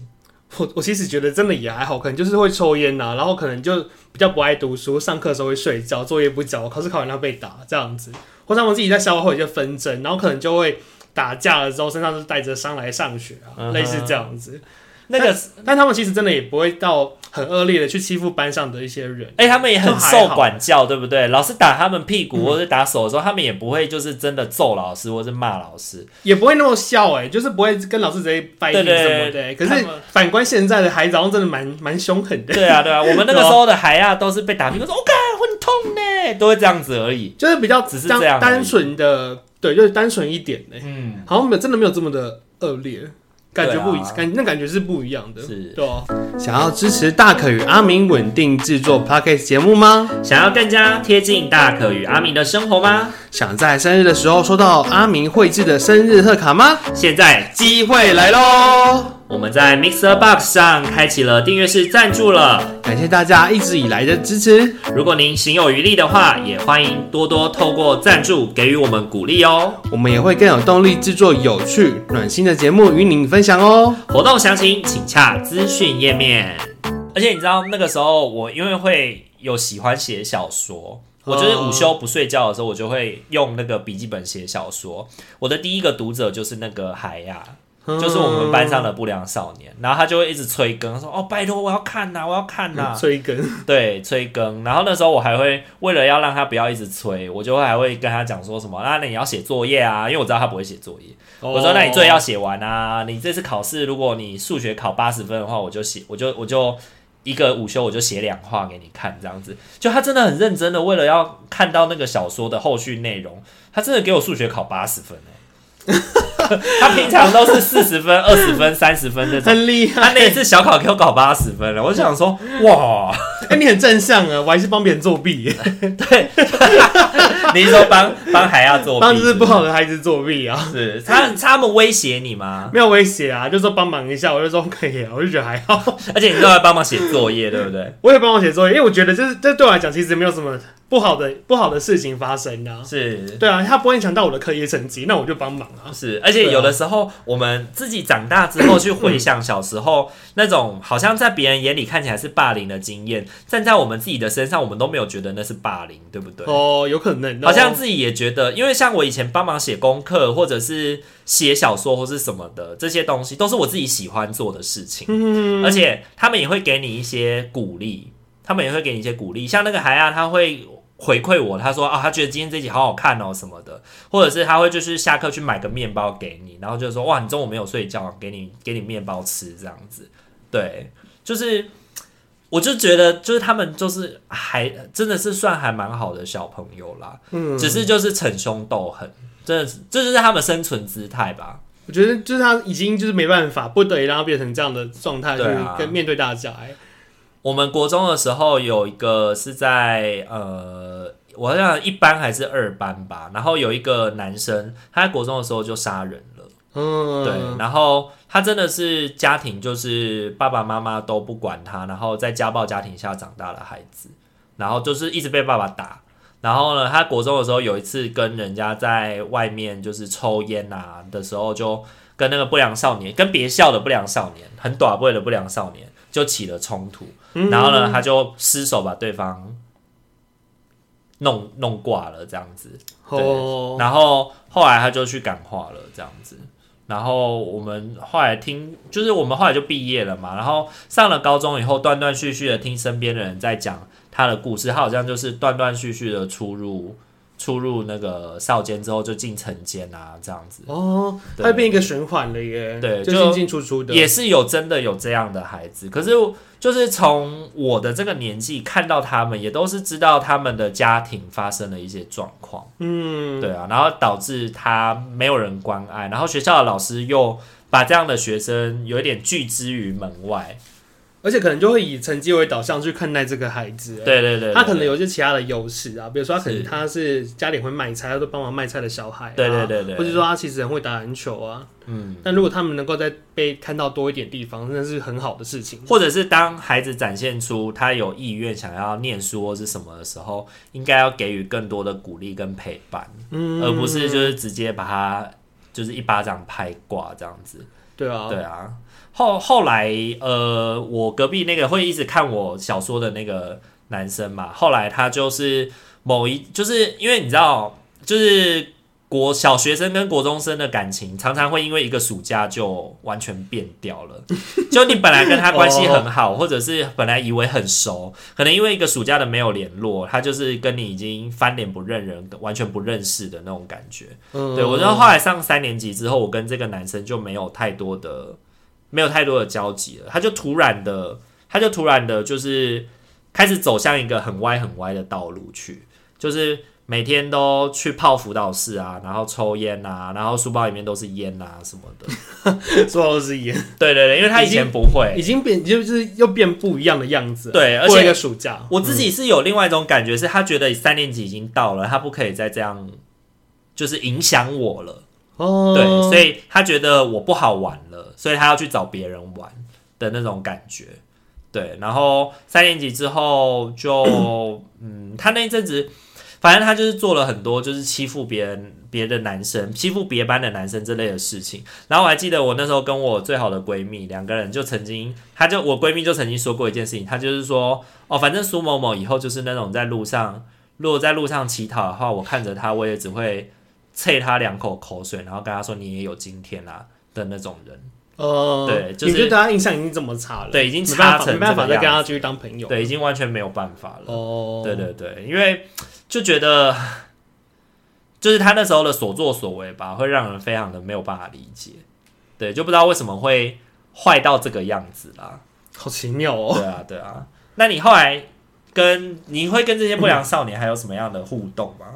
S2: 我我其实觉得真的也还好，可能就是会抽烟呐、然后可能就比较不爱读书，上课的时候会睡觉，作业不交，考试考完要被打这样子，或者他们自己在校外会有一些纷争，然后可能就会打架了之后身上就带着伤来上学啊，
S1: 嗯哼
S2: 类似这样子。
S1: 那个，
S2: 但他们其实真的也不会到很恶劣的去欺负班上的一些人，
S1: 哎、他们也很
S2: 都还
S1: 受
S2: 好
S1: 管教，对不对？老师打他们屁股或者打手的时候，他们也不会就是真的揍老师或者骂老师。
S2: 也不会那么笑哎、就是不会跟老师直接掰
S1: 对
S2: 硬
S1: 对
S2: 什么的、
S1: 对
S2: 可
S1: 他
S2: 是
S1: 们
S2: 反观现在的孩子，好像真的蛮蛮凶狠 的，
S1: 对啊，对啊，我们那个时候的海亚都是被打屁股说“我哦干，我很痛呢”，都会这样子而已。
S2: 就是比较
S1: 只是这样而已
S2: 单纯的，对，就是单纯一点哎、
S1: 嗯，
S2: 好像没有真的没有这么的恶劣，感觉不一、
S1: 对啊
S2: 感那感觉是不一样的，
S1: 是。
S2: 对啊。想要支持大可与阿明稳定制作 podcast 节目吗？
S1: 想要更加贴近大可与阿明的生活吗？
S2: 想在生日的时候收到阿明绘制的生日贺卡吗？
S1: 现在
S2: 机会来喽！
S1: 我们在 Mixer Box 上开启了订阅式赞助了。
S2: 感谢大家一直以来的支持，
S1: 如果您行有余力的话，也欢迎多多透过赞助给予我们鼓励哦。
S2: 我们也会更有动力制作有趣、暖心的节目与您分享哦。
S1: 活动详情请洽资讯页面。而且你知道那个时候我因为会有喜欢写小说，我就是午休不睡觉的时候，我就会用那个笔记本写小说。我的第一个读者就是那个海亚，就是我们班上的不良少年，然后他就会一直催更，说：“哦，拜托，我要看呐、我要看呐、
S2: 嗯催更，
S1: 对，催更。然后那时候我还会为了要让他不要一直催，我就会还会跟他讲说什么：“啊，那你要写作业啊，因为我知道他不会写作业。”
S2: 哦
S1: 我说：“那你作业要写完啊！你这次考试，如果你数学考八十分的话，我就写，我就我就一个午休，我就写两话给你看，这样子。就他真的很认真的，为了要看到那个小说的后续内容，他真的给我数学考八十分欸他平常都是四十分、二十分、三十分这种，
S2: 很厉害。
S1: 他那一次小考给我考八十分了，欸我就想说，哇，
S2: 哎、你很正向啊，我还是帮别人作 弊耶，
S1: 你是说帮帮海亚作弊
S2: 帮就是
S1: 是
S2: 不
S1: 不
S2: 好的孩子作弊啊，
S1: 是？他他们威胁你吗？
S2: 没有威胁啊，就说帮忙一下，我就说可以啊，我就觉得还好。
S1: 而且你都要帮忙写作业，对不对？
S2: 我也帮我写作业，因为我觉得这是这对我来讲其实没有什么不好的不好的事情发生啊。
S1: 是，
S2: 对啊，他不会影响到我的课业成绩，那我就帮忙啊。
S1: 是，而且
S2: 对啊
S1: 有的时候我们自己长大之后去回想小时候那种好像在别人眼里看起来是霸凌的经验，站在我们自己的身上，我们都没有觉得那是霸凌，对不对？
S2: 哦，有可能哦，
S1: 好像自己也觉得，因为像我以前帮忙写功课，或者是写小说或是什么的，这些东西都是我自己喜欢做的事情，而且他们也会给你一些鼓励，他们也会给你一些鼓励，像那个海亚他会。回馈我，他说啊，他觉得今天这集好好看哦什么的，或者是他会就是下课去买个面包给你，然后就说哇，你中午没有睡觉，给你给你面包吃这样子，对，就是我就觉得就是他们就是还真的是算还蛮好的小朋友啦，
S2: 嗯，
S1: 只是就是逞凶斗狠，真的是这就是他们生存姿态吧。
S2: 我觉得就是他已经就是没办法，不得已让他变成这样的状态去
S1: 对啊
S2: 跟面对大家、哎，
S1: 我们国中的时候有一个是在呃，我好像一班还是二班吧，然后有一个男生，他在国中的时候就杀人了。
S2: 嗯，
S1: 对，然后他真的是家庭就是爸爸妈妈都不管他，然后在家暴家庭下长大的孩子，然后就是一直被爸爸打。然后呢，他国中的时候有一次跟人家在外面就是抽烟啊的时候，就跟那个不良少年，跟别校的不良少年，很短位的不良少年就起了冲突。
S2: 嗯
S1: 然后呢，他就失手把对方弄弄挂了，这样子。
S2: 哦，
S1: 然后后来他就去感化了，这样子。然后我们后来听，就是我们后来就毕业了嘛。然后上了高中以后，断断续续的听身边的人在讲他的故事，他好像就是断断续续的出入出入那个少监之后就进城监啊，这样子。
S2: 哦，
S1: 对
S2: 他变一个循环了耶，
S1: 对
S2: 就
S1: 就
S2: 进进出出的，
S1: 也是有真的有这样的孩子，可是就是从我的这个年纪看到他们，也都是知道他们的家庭发生了一些状况。
S2: 嗯，
S1: 对啊，然后导致他没有人关爱，然后学校的老师又把这样的学生有一点拒之于门外。
S2: 而且可能就会以成绩为导向去看待这个孩子，哎
S1: 对对对对，
S2: 他可能有一些其他的优势啊，比如说他可能
S1: 是
S2: 他是家里会卖菜，他都帮忙卖菜的小孩、啊，
S1: 对对对对
S2: 或者说他其实很会打篮球啊。
S1: 嗯，
S2: 但如果他们能够在被看到多一点地方，那是很好的事情。
S1: 或者是当孩子展现出他有意愿想要念书或是什么的时候，应该要给予更多的鼓励跟陪伴，
S2: 嗯，
S1: 而不是就是直接把他就是一巴掌拍挂这样子。
S2: 对啊，
S1: 对啊，后后来呃，我隔壁那个会一直看我小说的那个男生嘛，后来他就是某一，就是因为你知道，就是国小学生跟国中生的感情常常会因为一个暑假就完全变掉了。 就你本来跟他关系很好，或者是本来以为很熟，可能因为一个暑假的没有联络，他就是跟你已经翻脸不认人，完全不认识的那种感觉。
S2: 嗯
S1: 对我知道后来上三年级之后，我跟这个男生就没有太多的没有太多的交集了，他就突然的，他就突然的，就是开始走向一个很歪很歪的道路去，就是每天都去泡辅导室啊，然后抽烟啊，然后书包里面都是烟啊什么 的。
S2: 说到是也
S1: 对对对，因为他以前不会
S2: 已，经变，就是又变不一样的样子了。
S1: 对，而
S2: 过了一
S1: 且
S2: 个暑假，
S1: 我自己是有另外一种感觉，是他觉得三年级已经到了，他不可以再这样，就是影响我了。
S2: 哦，
S1: 对，所以他觉得我不好玩了，所以他要去找别人玩的那种感觉。对，然后三年级之后就，嗯，他那一阵子，反正他就是做了很多就是欺负别人、别的男生、欺负别班的男生之类的事情。然后我还记得我那时候跟我最好的闺蜜两个人就曾经，她就我闺蜜就曾经说过一件事情，她就是说，哦，反正苏某某以后就是那种在路上如果在路上乞讨的话，我看着他，我也只会啐他两口口水，然后跟他说你也有今天啦、的那种人。
S2: 呃，
S1: 对就是
S2: 你对他印象已经这么差了，
S1: 对，已经
S2: 没办
S1: 差
S2: 法，
S1: 成
S2: 没办法
S1: 这
S2: 再
S1: 个
S2: 跟
S1: 样
S2: 他
S1: 子，
S2: 继续当朋友。
S1: 对，已经完全没有办法了。
S2: 哦，
S1: 对对对，因为就觉得就是他那时候的所作所为吧，会让人非常的没有办法理解。对，就不知道为什么会坏到这个样子啦。
S2: 好奇妙哦。
S1: 对啊，对啊。那你后来跟你会跟这些不良少年还有什么样的互动吗？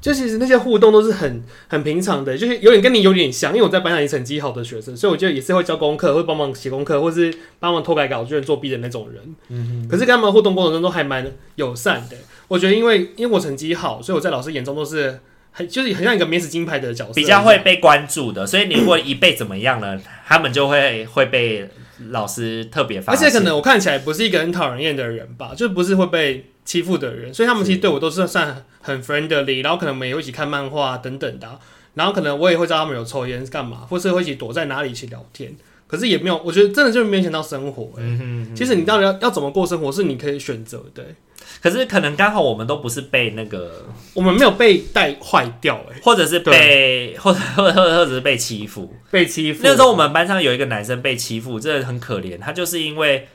S2: 就其实那些互动都是很很平常的，就是有点跟你有点像，因为我在班上也成绩好的学生，所以我就也是会教功课，会帮忙写功课，或是帮忙偷改稿卷、作弊的那种人。
S1: 嗯
S2: 可是跟他们互动过程中都还蛮友善的。我觉得因为因为我成绩好，所以我在老师眼中都是很就是很像一个免死金牌的角色，
S1: 比较会被关注的，所以你如果一被怎么样了，他们就会会被老师特别发
S2: 而
S1: 现。
S2: 且可能我看起来不是一个很讨人厌的人吧，就不是会被欺负的人，所以他们其实
S1: 是
S2: 对我都是算很 friendly，然后可能我们也会一起看漫画等等的啊、然后可能我也会知道他们有抽烟是干嘛，或是会一起躲在哪里一起聊天，可是也没有，我觉得真的就是没有想到生活、欸。
S1: 嗯哼，
S2: 其实你到底要要怎么过生活是你可以选择的欸、
S1: 可是可能刚好我们都不是被那个，
S2: 我们没有被带坏掉、欸，
S1: 或者是被， 或者或者或者是被欺负。
S2: 被欺负。
S1: 那时候我们班上有一个男生被欺负，真的很可怜。他就是因为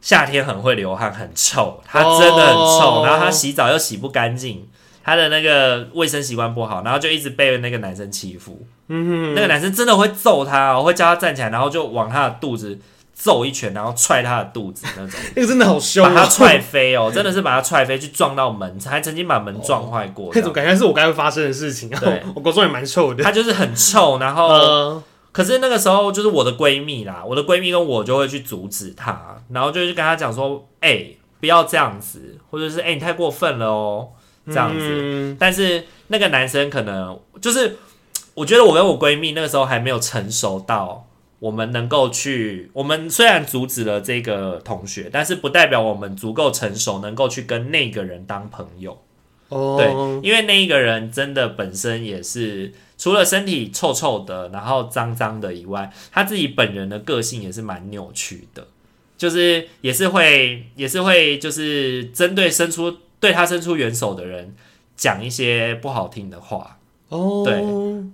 S1: 夏天很会流汗，很臭，他真的很臭，
S2: 哦
S1: 然后他洗澡又洗不干净，他的那个卫生习惯不好，然后就一直被那个男生欺负。
S2: 嗯
S1: 那个男生真的会揍他、哦，会叫他站起来，然后就往他的肚子揍一拳，然后踹他的肚子那种，
S2: 哼，那个真的好凶、
S1: 把他
S2: 啊，
S1: 踹飞哦，真的是把他踹飞，去撞到门，还曾经把门撞坏过这
S2: 哦那种
S1: 样。
S2: 感觉是我该会发生的事情。然后
S1: 对哦
S2: 我高中也蛮臭的，
S1: 他就是很臭，然后
S2: 呃，
S1: 可是那个时候就是我的闺蜜啦，我的闺蜜跟我就会去阻止她，然后就去跟她讲说，哎、不要这样子，或者是哎、你太过分了哦，这样子。
S2: 嗯
S1: 但是那个男生可能就是，我觉得我跟我闺蜜那个时候还没有成熟到，我们能够去，我们虽然阻止了这个同学，但是不代表我们足够成熟，能够去跟那个人当朋友。
S2: 哦，
S1: 对，因为那一个人真的本身也是除了身体臭臭的，然后脏脏的以外，他自己本人的个性也是蛮扭曲的，就是也是会也是会就是针对伸出对他伸出援手的人讲一些不好听的话。
S2: 哦，
S1: 对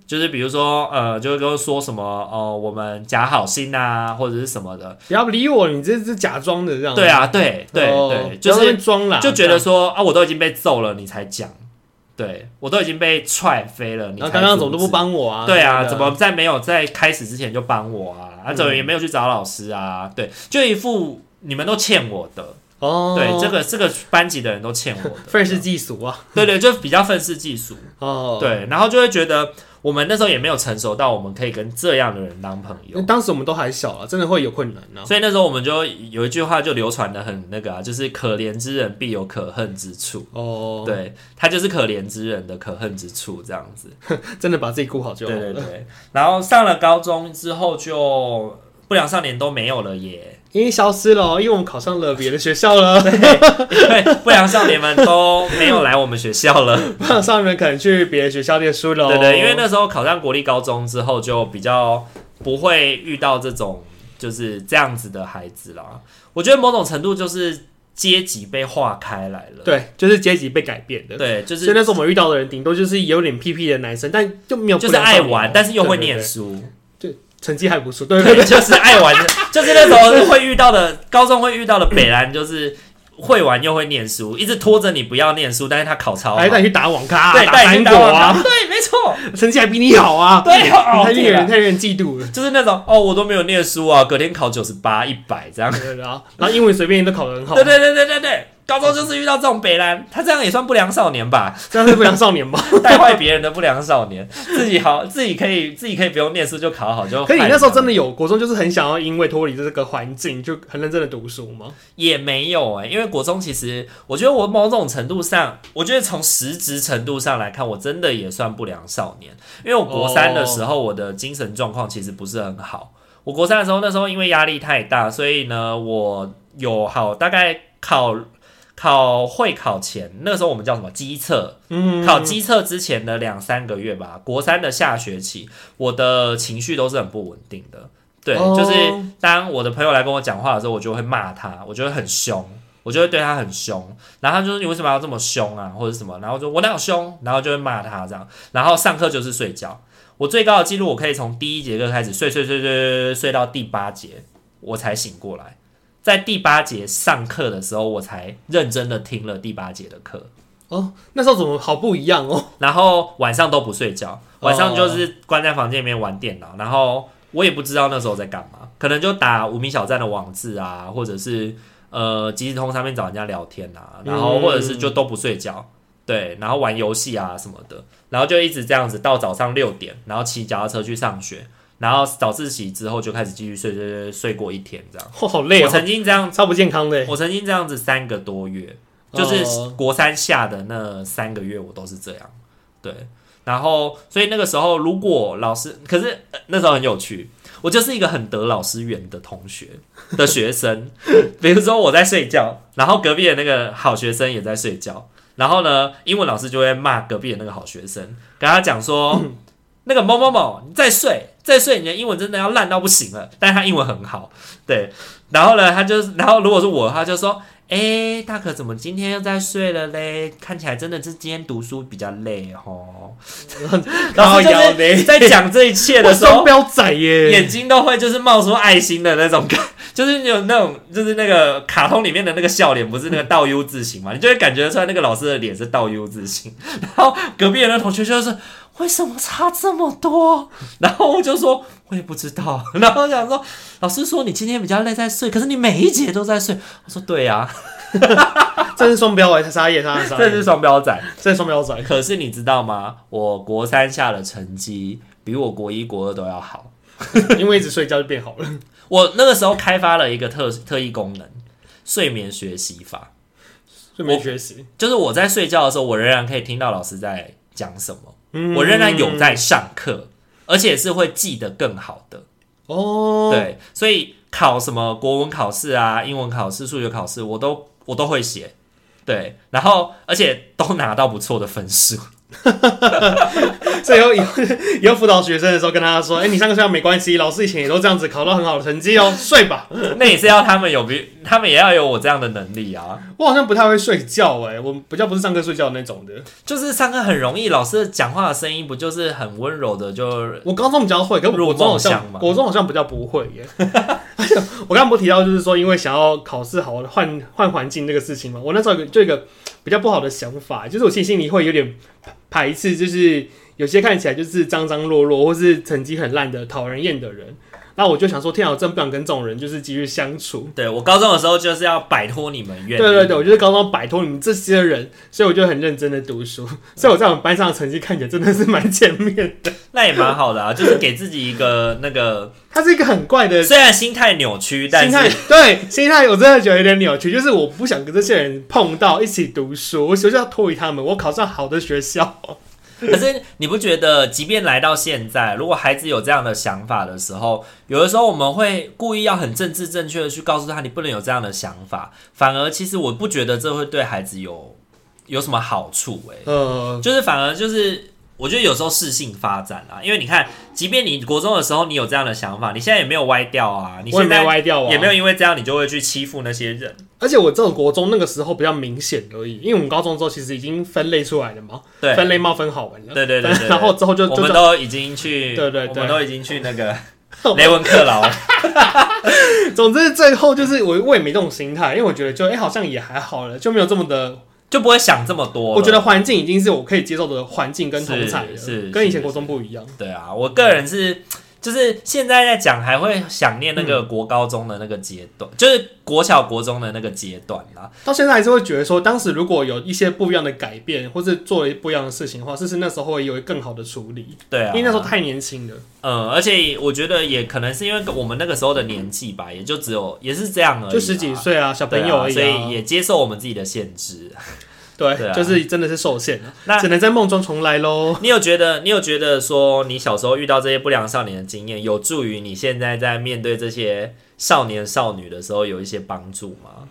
S1: 就是比如说，呃，就会跟我说什么，哦，我们假好心啊，或者是什么的，
S2: 不要理我，你这是假装的这样。
S1: 对啊，对对
S2: 嗯哦
S1: 对，
S2: 不要
S1: 就
S2: 在那边
S1: 是
S2: 装啦，
S1: 就觉得说啊，我都已经被揍了，你才讲，对我都已经被踹飞了，你
S2: 这样，然
S1: 才
S2: 后刚刚怎么都
S1: 阻
S2: 不
S1: 止
S2: 帮我啊？
S1: 对啊，
S2: 真的嗯
S1: 怎么在没有在开始之前就帮我啊？啊，怎么也没有去找老师啊？对，就一副你们都欠我的，
S2: 哦，，
S1: 对，这个这个班级的人都欠我的
S2: 愤世嫉俗啊，
S1: 对对，就比较愤世嫉俗，
S2: 哦，。
S1: 对，然后就会觉得我们那时候也没有成熟到我们可以跟这样的人当朋
S2: 因为
S1: 友。
S2: 当时我们都还小啊，真的会有困难啊。
S1: 所以那时候我们就有一句话就流传的很那个啊，就是可怜之人必有可恨之处。
S2: 哦，
S1: 对他就是可怜之人的可恨之处这样子。
S2: 真的把自己顾好就好
S1: 对 对
S2: 了。
S1: 对，然后上了高中之后就不良少年都没有了耶，
S2: 因为消失了哦，因为我们考上了别的学校了，
S1: 因为不良少年们都没有来我们学 校了。
S2: 不然上面可能去别的学校念书了哦。
S1: 对对，因为那时候考上国立高中之后，就比较不会遇到这种就是这样子的孩子啦。我觉得某种程度就是阶级被划开来了。
S2: 对，就是阶级被改变的。
S1: 对，就
S2: 所以
S1: 是
S2: 那时候我们遇到的人，顶多就是有点屁屁的男生，但就没有
S1: 就
S2: 不
S1: 是
S2: 良少
S1: 爱
S2: 年哦
S1: 玩，但是又
S2: 对
S1: 会
S2: 对
S1: 念
S2: 对
S1: 书。
S2: 成绩还不错，对对 对，
S1: 对，就是爱玩的，就是那时候会遇到的，高中会遇到的北兰就是会玩又会念书，一直拖着你不要念书，但是他考超好，
S2: 还带你去打网咖啊、
S1: 对，
S2: 打
S1: 带你
S2: 韩
S1: 去
S2: 国
S1: 打网咖
S2: 啊，
S1: 对，没错，
S2: 成绩还比你好啊，
S1: 对哦
S2: 太令
S1: 天啊
S2: 人太令人嫉妒了。
S1: 就是那种哦，我都没有念书啊，隔天考九十八、一百这样，
S2: 对对对啊，然后英文随便都考得很好啊
S1: 对，对对对对对，高中就是遇到这种北兰，他这样也算不良少年吧，
S2: 这样是不良少年 吧？
S1: 带坏别人的不良少年，自己好，自己可以自己可以不用念书就考好就，
S2: 可你那时候真的有 国中，就是很想要因为脱离这个环境，就很认真的读书吗？
S1: 也没有哎、因为国中其实，我觉得我某种程度上，我觉得从实质程度上来看，我真的也算不良少年。因为我国三的时候，我的精神状况其实不是很好。我国三的时候，那时候因为压力太大，所以呢，我有好大概考考会考前，那个时候我们叫什么机测，
S2: 嗯，
S1: 考机测之前的两三个月吧，国三的下学期，我的情绪都是很不稳定的。对，
S2: 哦
S1: 就是当我的朋友来跟我讲话的时候，我就会骂他，我就会很凶。我就会对他很凶。然后他就说你为什么要这么凶啊，或者什么？然后我说我哪有凶？然后就会骂他这样。然后上课就是睡觉。我最高的记录，我可以从第一节课开始睡睡睡睡睡睡睡到第八节，我才醒过来。在第八节上课的时候，我才认真的听了第八节的课。
S2: 哦，那时候怎么好不一样哦？
S1: 然后晚上都不睡觉，晚上就是关在房间里面玩电脑，然后我也不知道那时候在干嘛，可能就打无名小站的网志啊，或者是呃即时通上面找人家聊天啊，然后或者是就都不睡觉，对，然后玩游戏啊什么的，然后就一直这样子到早上六点，然后骑脚踏车去上学，然后早自习之后就开始继续睡睡睡睡过一天这样。
S2: 哦，好累
S1: 我
S2: 哦，
S1: 曾经这样，
S2: 超不健康的耶。
S1: 我曾经这样子三个多月，就是
S2: 哦
S1: 国三下的那三个月，我都是这样。对，然后所以那个时候，如果老师，可是、呃那时候很有趣，我就是一个很得老师缘的同学的学生。 比如说我在睡觉，然后隔壁的那个好学生也在睡觉，然后呢，英文老师就会骂隔壁的那个好学生，跟他讲说。那个某某某，你再睡，再睡，你的英文真的要烂到不行了。但是他英文很好，对。然后呢，他就，然后如果是我，他就说，哎、大可怎么今天又在睡了嘞？看起来真的是今天读书比较累 哦。老师
S2: 靠腰
S1: 就
S2: 嘞
S1: 是在讲这一切的
S2: 我
S1: 时候
S2: 双，标仔耶，
S1: 眼睛都会就是冒出爱心的那种感， 就是有那种就是那个卡通里面的那个笑脸，不是那个倒 U 字形嘛？你就会感觉出来那个老师的脸是倒 U 字形。 然后隔壁的那同学就是为什么差这么多？ 然后我就说我也不知道。 然后想说老师说你今天比较累在睡，可是你每一节都在睡。我说对啊呀、
S2: 这是双标哎，撒野撒野撒
S1: 这是
S2: 野，
S1: 双标仔。
S2: 这是双标仔。
S1: 可是你知道吗？我国三下的成绩比我国一国二都要好。
S2: 因为一直睡觉就变好了。
S1: 我那个时候开发了一个特特异功能，睡眠学习法，
S2: 就没学习，
S1: 就是我在睡觉的时候，我仍然可以听到老师在讲什么，
S2: 嗯
S1: 我仍然有在上课，而且是会记得更好的。
S2: 哦，，
S1: 对，所以考什么国文考试啊、英文考试、数学考试，我都我都会写。对，然后而且都拿到不错的分数。
S2: 所以以后以后 以后辅导学生的时候跟他说，哎、你上个学校没关系，老师以前也都这样子考到很好的成绩哦，睡吧。
S1: 那也是要他们有比，他们也要有我这样的能力啊。
S2: 我好像不太会睡觉、哎，我比较不是上课睡觉的那种的。
S1: 就是上课很容易，老师讲话的声音不就是很温柔的就
S2: 我高中比较会，可我
S1: 入
S2: 国中好
S1: 梦乡
S2: 像
S1: 嘛
S2: 国中好像比较不会耶。 而且我刚刚不提到，就是说因为想要考试好换换环境这个事情嘛，我那时候有个就有一个比较不好的想法，欸就是我其实心里会有点排斥，就是有些看起来就是脏脏落落或是成绩很烂的讨人厌的人。那我就想说，天啊，我真不想跟这种人就是继续相处。
S1: 对我高中的时候就是要摆脱你们
S2: 对
S1: 远离。
S2: 对对，我就是高中摆脱你们这些人，所以我就很认真的读书，所以我在我们班上的成绩看起来真的是蛮前面的。
S1: 那也蛮好的啊，就是给自己 一个那个，
S2: 他是一个很怪的
S1: 虽然心态扭曲，但
S2: 心态
S1: 是
S2: 对心态，我真的觉得有点扭曲，就是我不想跟这些人碰到一起读书，我学校脱离他们，我考上好的学校。
S1: 可是你不觉得，即便来到现在，如果孩子有这样的想法的时候，有的时候我们会故意要很政治正确的去告诉他，你不能有这样的想法，反而其实我不觉得这会对孩子有有什么好处诶、
S2: 呃，
S1: 就是反而就是，我觉得有时候适性发展啊，因为你看，即便你国中的时候你有这样的想法，你现在也没有歪掉啊，你
S2: 我也
S1: 现
S2: 没
S1: 在
S2: 歪掉啊，
S1: 也没有。因为这样你就会去欺负那些人，
S2: 而且我这种国中那个时候比较明显而已，因为我们高中之后其实已经分类出来了嘛，
S1: 对。
S2: 分类冒分好玩了。
S1: 对对对对，
S2: 然后之后就
S1: 我
S2: 就
S1: 们都已经去，
S2: 对对对
S1: 我们都已经去 那个雷文克劳，
S2: 总之最后就是我我也没这种心态，因为我觉得就哎、好像也还好了，就没有这么的。
S1: 就不会想这么多了。
S2: 我觉得环境已经是我可以接受的环境跟同才了，
S1: 是是
S2: 跟以前
S1: 是
S2: 国中不一样。
S1: 对啊，我个人是。就是现在在讲，还会想念那个
S2: 嗯
S1: 国高中的那个阶段，就是国小国中的那个阶段啦。
S2: 到现在还是会觉得说，当时如果有一些不一样的改变，或是做了不一样的事情的话，是不是那时候会有更好的处理？
S1: 对啊，
S2: 因为那时候太年轻了。
S1: 嗯，而且我觉得也可能是因为我们那个时候的年纪吧，也就只有也是这样而已啦，
S2: 就十几岁啊，小
S1: 对
S2: 朋
S1: 啊
S2: 友而已、
S1: 所
S2: 啊
S1: 以也接受我们自己的限制。
S2: 对，
S1: 对啊
S2: 就是真的是受限了，
S1: 那
S2: 只能在梦中重来喽。
S1: 你有觉得，你有觉得说，你小时候遇到这些不良少年的经验，有助于你现在在面对这些少年少女的时候有一些帮助吗？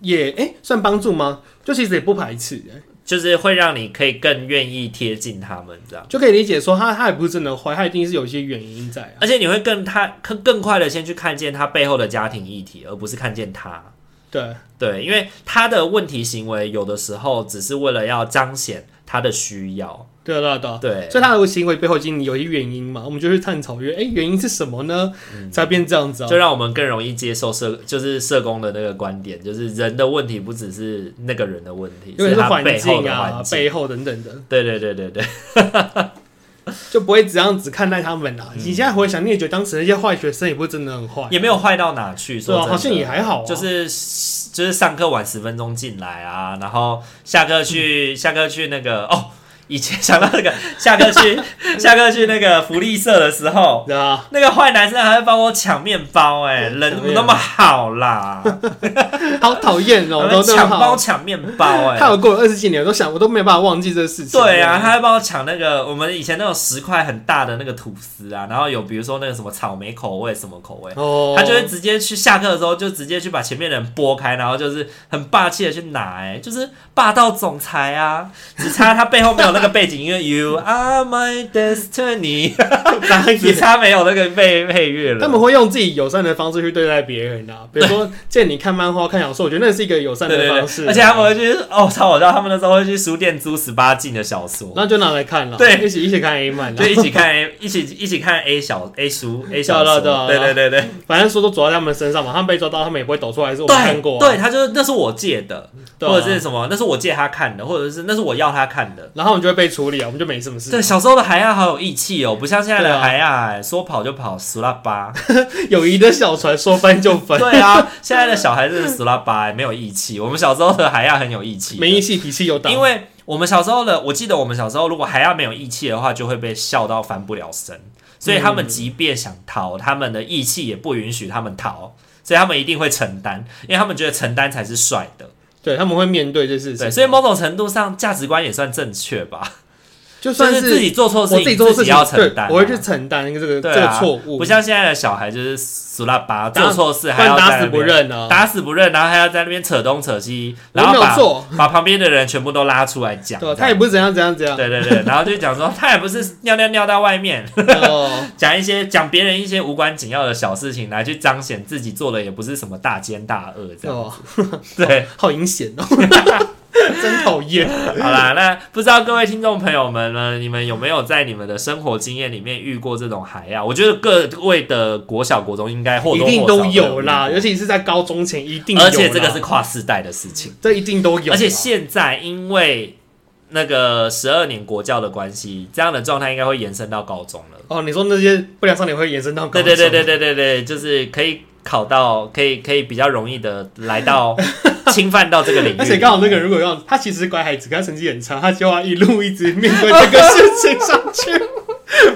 S2: 也哎、算帮助吗？就其实也不排斥、欸，
S1: 就是会让你可以更愿意贴近他们这样，
S2: 就可以理解说他他也不是真的坏，他一定是有一些原因在啊。
S1: 而且你会更他更更快的先去看见他背后的家庭议题，而不是看见他。
S2: 对，
S1: 对，因为他的问题行为有的时候只是为了要彰显他的需要，
S2: 对啊对啊对啊。
S1: 对，
S2: 所以他的行为背后已经有一些原因嘛，我们就去探讨，原哎原因是什么呢？才变这样子啊
S1: 嗯就？让我们更容易接受社就是社工的那个观点，就是人的问题不只是那个人的问题，
S2: 因为
S1: 是他
S2: 环
S1: 背后
S2: 境
S1: 的
S2: 啊
S1: 环、境。
S2: 背后等等的，
S1: 对对对对 对，
S2: 就不会这样子看待他们啦。你现在回想，你也觉得当时那些坏学生也不是真的很坏，
S1: 嗯也没有坏到哪去，说
S2: 对啊
S1: 真的
S2: 好像也还好啊
S1: 就是就是上课晚十分钟进来啊，然后下课
S2: 嗯
S1: 去、下课去那个哦，以前想到那个下课 去下课去那个福利社的时候，
S2: 对啊，
S1: 那个坏男生还会帮我抢面包、哎，
S2: 嗯
S1: 人怎么那么好 啦？
S2: 好讨厌哦，
S1: 还
S2: 都
S1: 会
S2: 这么
S1: 抢包
S2: 好。
S1: 抢面包、哎，
S2: 害我过了二十几年，我都想我都没有办法忘记这个事情。
S1: 对啊，他会帮我抢那个我们以前那种十块很大的那个吐司啊，然后有比如说那个什么草莓口味什么口味，
S2: 哦，
S1: 他 就会直接去下课的时候就直接去把前面的人拨开，然后就是很霸气的去拿、哎，就是霸道总裁啊，只差他背后没有那个背景音乐，You are my destiny，
S2: 打
S1: 只差没有那个背配乐
S2: 他
S1: 了。
S2: 们会用自己友善的方式去对待别人啊，比如说见你看漫画、看小说，我觉得那是一个友善
S1: 对
S2: 的
S1: 对
S2: 方式
S1: 对，
S2: 啊、
S1: 而且他们会去哦，超好笑！他们那时候会去书店租十八禁的小说，
S2: 那就拿来看了，
S1: 对
S2: 一起一起看 A 漫啊
S1: 就
S2: 啦，
S1: 一起看 A，一起一起看 A 小 A 书 A 小
S2: 对啊
S1: 说，
S2: 对啊
S1: 对对对对，
S2: 反正说都主要在他们身上嘛，他们被抓到，他们也不会抖出来，是我们看
S1: 对
S2: 过、啊，
S1: 对，他就是那是我借的，
S2: 对啊
S1: 或者是什么，那是我借他看的，或者是那是我要他看的。
S2: 然后我们就会被处理啊，我们就没什么事
S1: 对，，小时候的海亚好有义气哦，不像现在
S2: 对啊
S1: 的海亚、哎说跑就跑，死拉巴。
S2: 友谊的小船说翻就翻，
S1: 对啊，现在的小孩子是死拉巴、哎没有义气。我们小时候的海亚很有义气的，
S2: 没义气，脾气又大，
S1: 因为我们小时候的，我记得我们小时候如果海亚没有义气的话，就会被笑到翻不了身。所以他
S2: 嗯
S1: 们即便想逃，他们的义气也不允许他们逃，所以他们一定会承担，因为他们觉得承担才是帅的。
S2: 对他们会面对这事情
S1: 对，，所以某种程度上价值观也算正确吧，
S2: 就
S1: 就
S2: 算
S1: 是自己做错
S2: 我
S1: 事情，
S2: 自己做的事情，
S1: 要承担啊、
S2: 对，我会去承担这个、这
S1: 对
S2: 个
S1: 啊
S2: 错误，
S1: 不像现在的小孩就是死拉巴，
S2: 打
S1: 做错事
S2: 不
S1: 还
S2: 然
S1: 要
S2: 打
S1: 在
S2: 死
S1: 那
S2: 不
S1: 边，
S2: 认啊，
S1: 打死不认，然后还要在那边扯东扯西，
S2: 我
S1: 然后
S2: 没有
S1: 把
S2: 做，
S1: 把旁边的人全部都拉出来讲，
S2: 对啊，
S1: 这样
S2: 他也不是怎样怎样怎样，
S1: 对对对，然后就讲说他也不是尿尿尿到外面，
S2: 哦，
S1: 讲一些讲别人一些无关紧要的小事情来去彰显自己做的也不是什么大奸大恶这样。
S2: 哦，
S1: 对，
S2: 好阴险哦，真讨厌。
S1: 好啦，那不知道各位听众朋友们呢，你们有没有在你们的生活经验里面遇过这种海呀？我觉得各位的国小国中应该或
S2: 一
S1: 多
S2: 定
S1: 或少
S2: 都有啦，
S1: 遇
S2: 尤其是在高中前一定有啦，
S1: 过而且这个是跨世代的事情，
S2: 这一定都有啦，
S1: 而且现在因为。那个十二年国教的关系，这样的状态应该会延伸到高中了。
S2: 哦，你说那些不良少年会延伸到高
S1: 对
S2: 中，
S1: 对对对对对对，就是可以考到，可以可以比较容易的 来到侵犯到这个领域。
S2: 而且刚好那个人如果要他其实是乖孩子，可他成绩很差，他就要一路一直面对这个事情上去。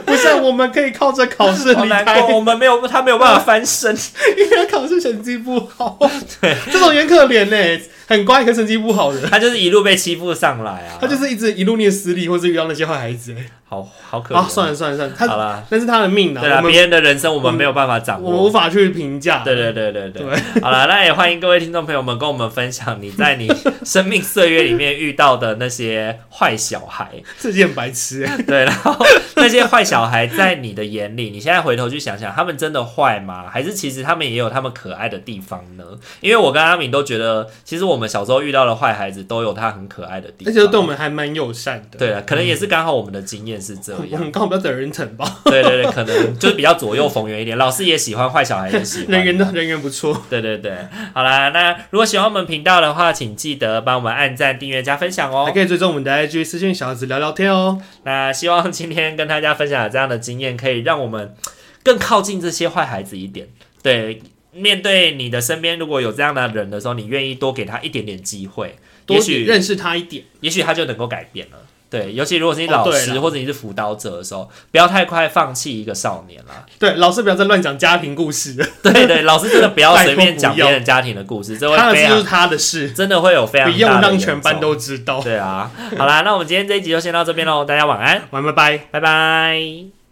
S2: 不像我们可以靠着考试
S1: 好
S2: 离
S1: 难
S2: 开，
S1: 过，我们没有他没有办法翻身。
S2: 因为他考试成绩不好。 对，这种也很可怜呢，很乖，可成绩不好的，
S1: 他就是一路被欺负上来啊，
S2: 他就是一直一路念私立，或是遇到那些坏孩子。
S1: 好好可怜。
S2: 啊，算了算了算了，
S1: 好
S2: 他
S1: 啦，
S2: 那是他的命
S1: 对
S2: 啊，
S1: 啦，
S2: 我们
S1: 别人的人生我们没有办法掌
S2: 啊我们无
S1: 握。
S2: 法去评价。
S1: 对对对对对， 好了，那也欢迎各位听众朋友们跟我们分享你在你生命岁月里面遇到的那些坏小孩，
S2: 这件白痴欸，
S1: 对，然后那些坏小孩在你的眼里，你现在回头去想想，他们真的坏吗？还是其实他们也有他们可爱的地方呢？因为我跟阿敏都觉得，其实我们小时候遇到的坏孩子都有他很可爱的地
S2: 而
S1: 方，
S2: 且 都对我啊们还蛮友善的。
S1: 对了，可能也是刚好我们的经验是这
S2: 我
S1: 样，
S2: 们刚好比较等人疼 吧，
S1: 对对对，可能就是比较左右逢源一点。老师也喜欢，坏小孩也喜 欢。
S2: 人缘的人缘不错。
S1: 对对对，好啦，那如果喜欢我们频道的话，请记得帮我们按赞、订阅、加分享
S2: 还
S1: 哦。
S2: 可以追踪我们的 IG 私讯小孩子聊聊天哦。
S1: 那希望今天跟大家分享的这样的经验，可以让我们更靠近这些坏孩子一点。对，面对你的身边如果有这样的人的时候，你愿意多给他一点点机会，
S2: 多
S1: 也许
S2: 认识他一点，
S1: 也许他就能够改变了。对，尤其如果是你老
S2: 哦对
S1: 师、
S2: 啦
S1: 或者你是辅导者的时候，不要太快放弃一个少年啦。
S2: 对，老师不要再乱讲家庭故事了，
S1: 对对，老师真的不要
S2: 拜托
S1: 随便讲
S2: 不要
S1: 别人家庭的故事，这会
S2: 他的
S1: 非
S2: 事就是
S1: 常
S2: 他的事，
S1: 真的会有非
S2: 不
S1: 常
S2: 用
S1: 大的
S2: 让
S1: 严
S2: 全班
S1: 重
S2: 都知道。
S1: 对啊。好啦，那我们今天这一集就先到这边喽，大家晚安，
S2: 晚安，拜拜。
S1: 拜拜。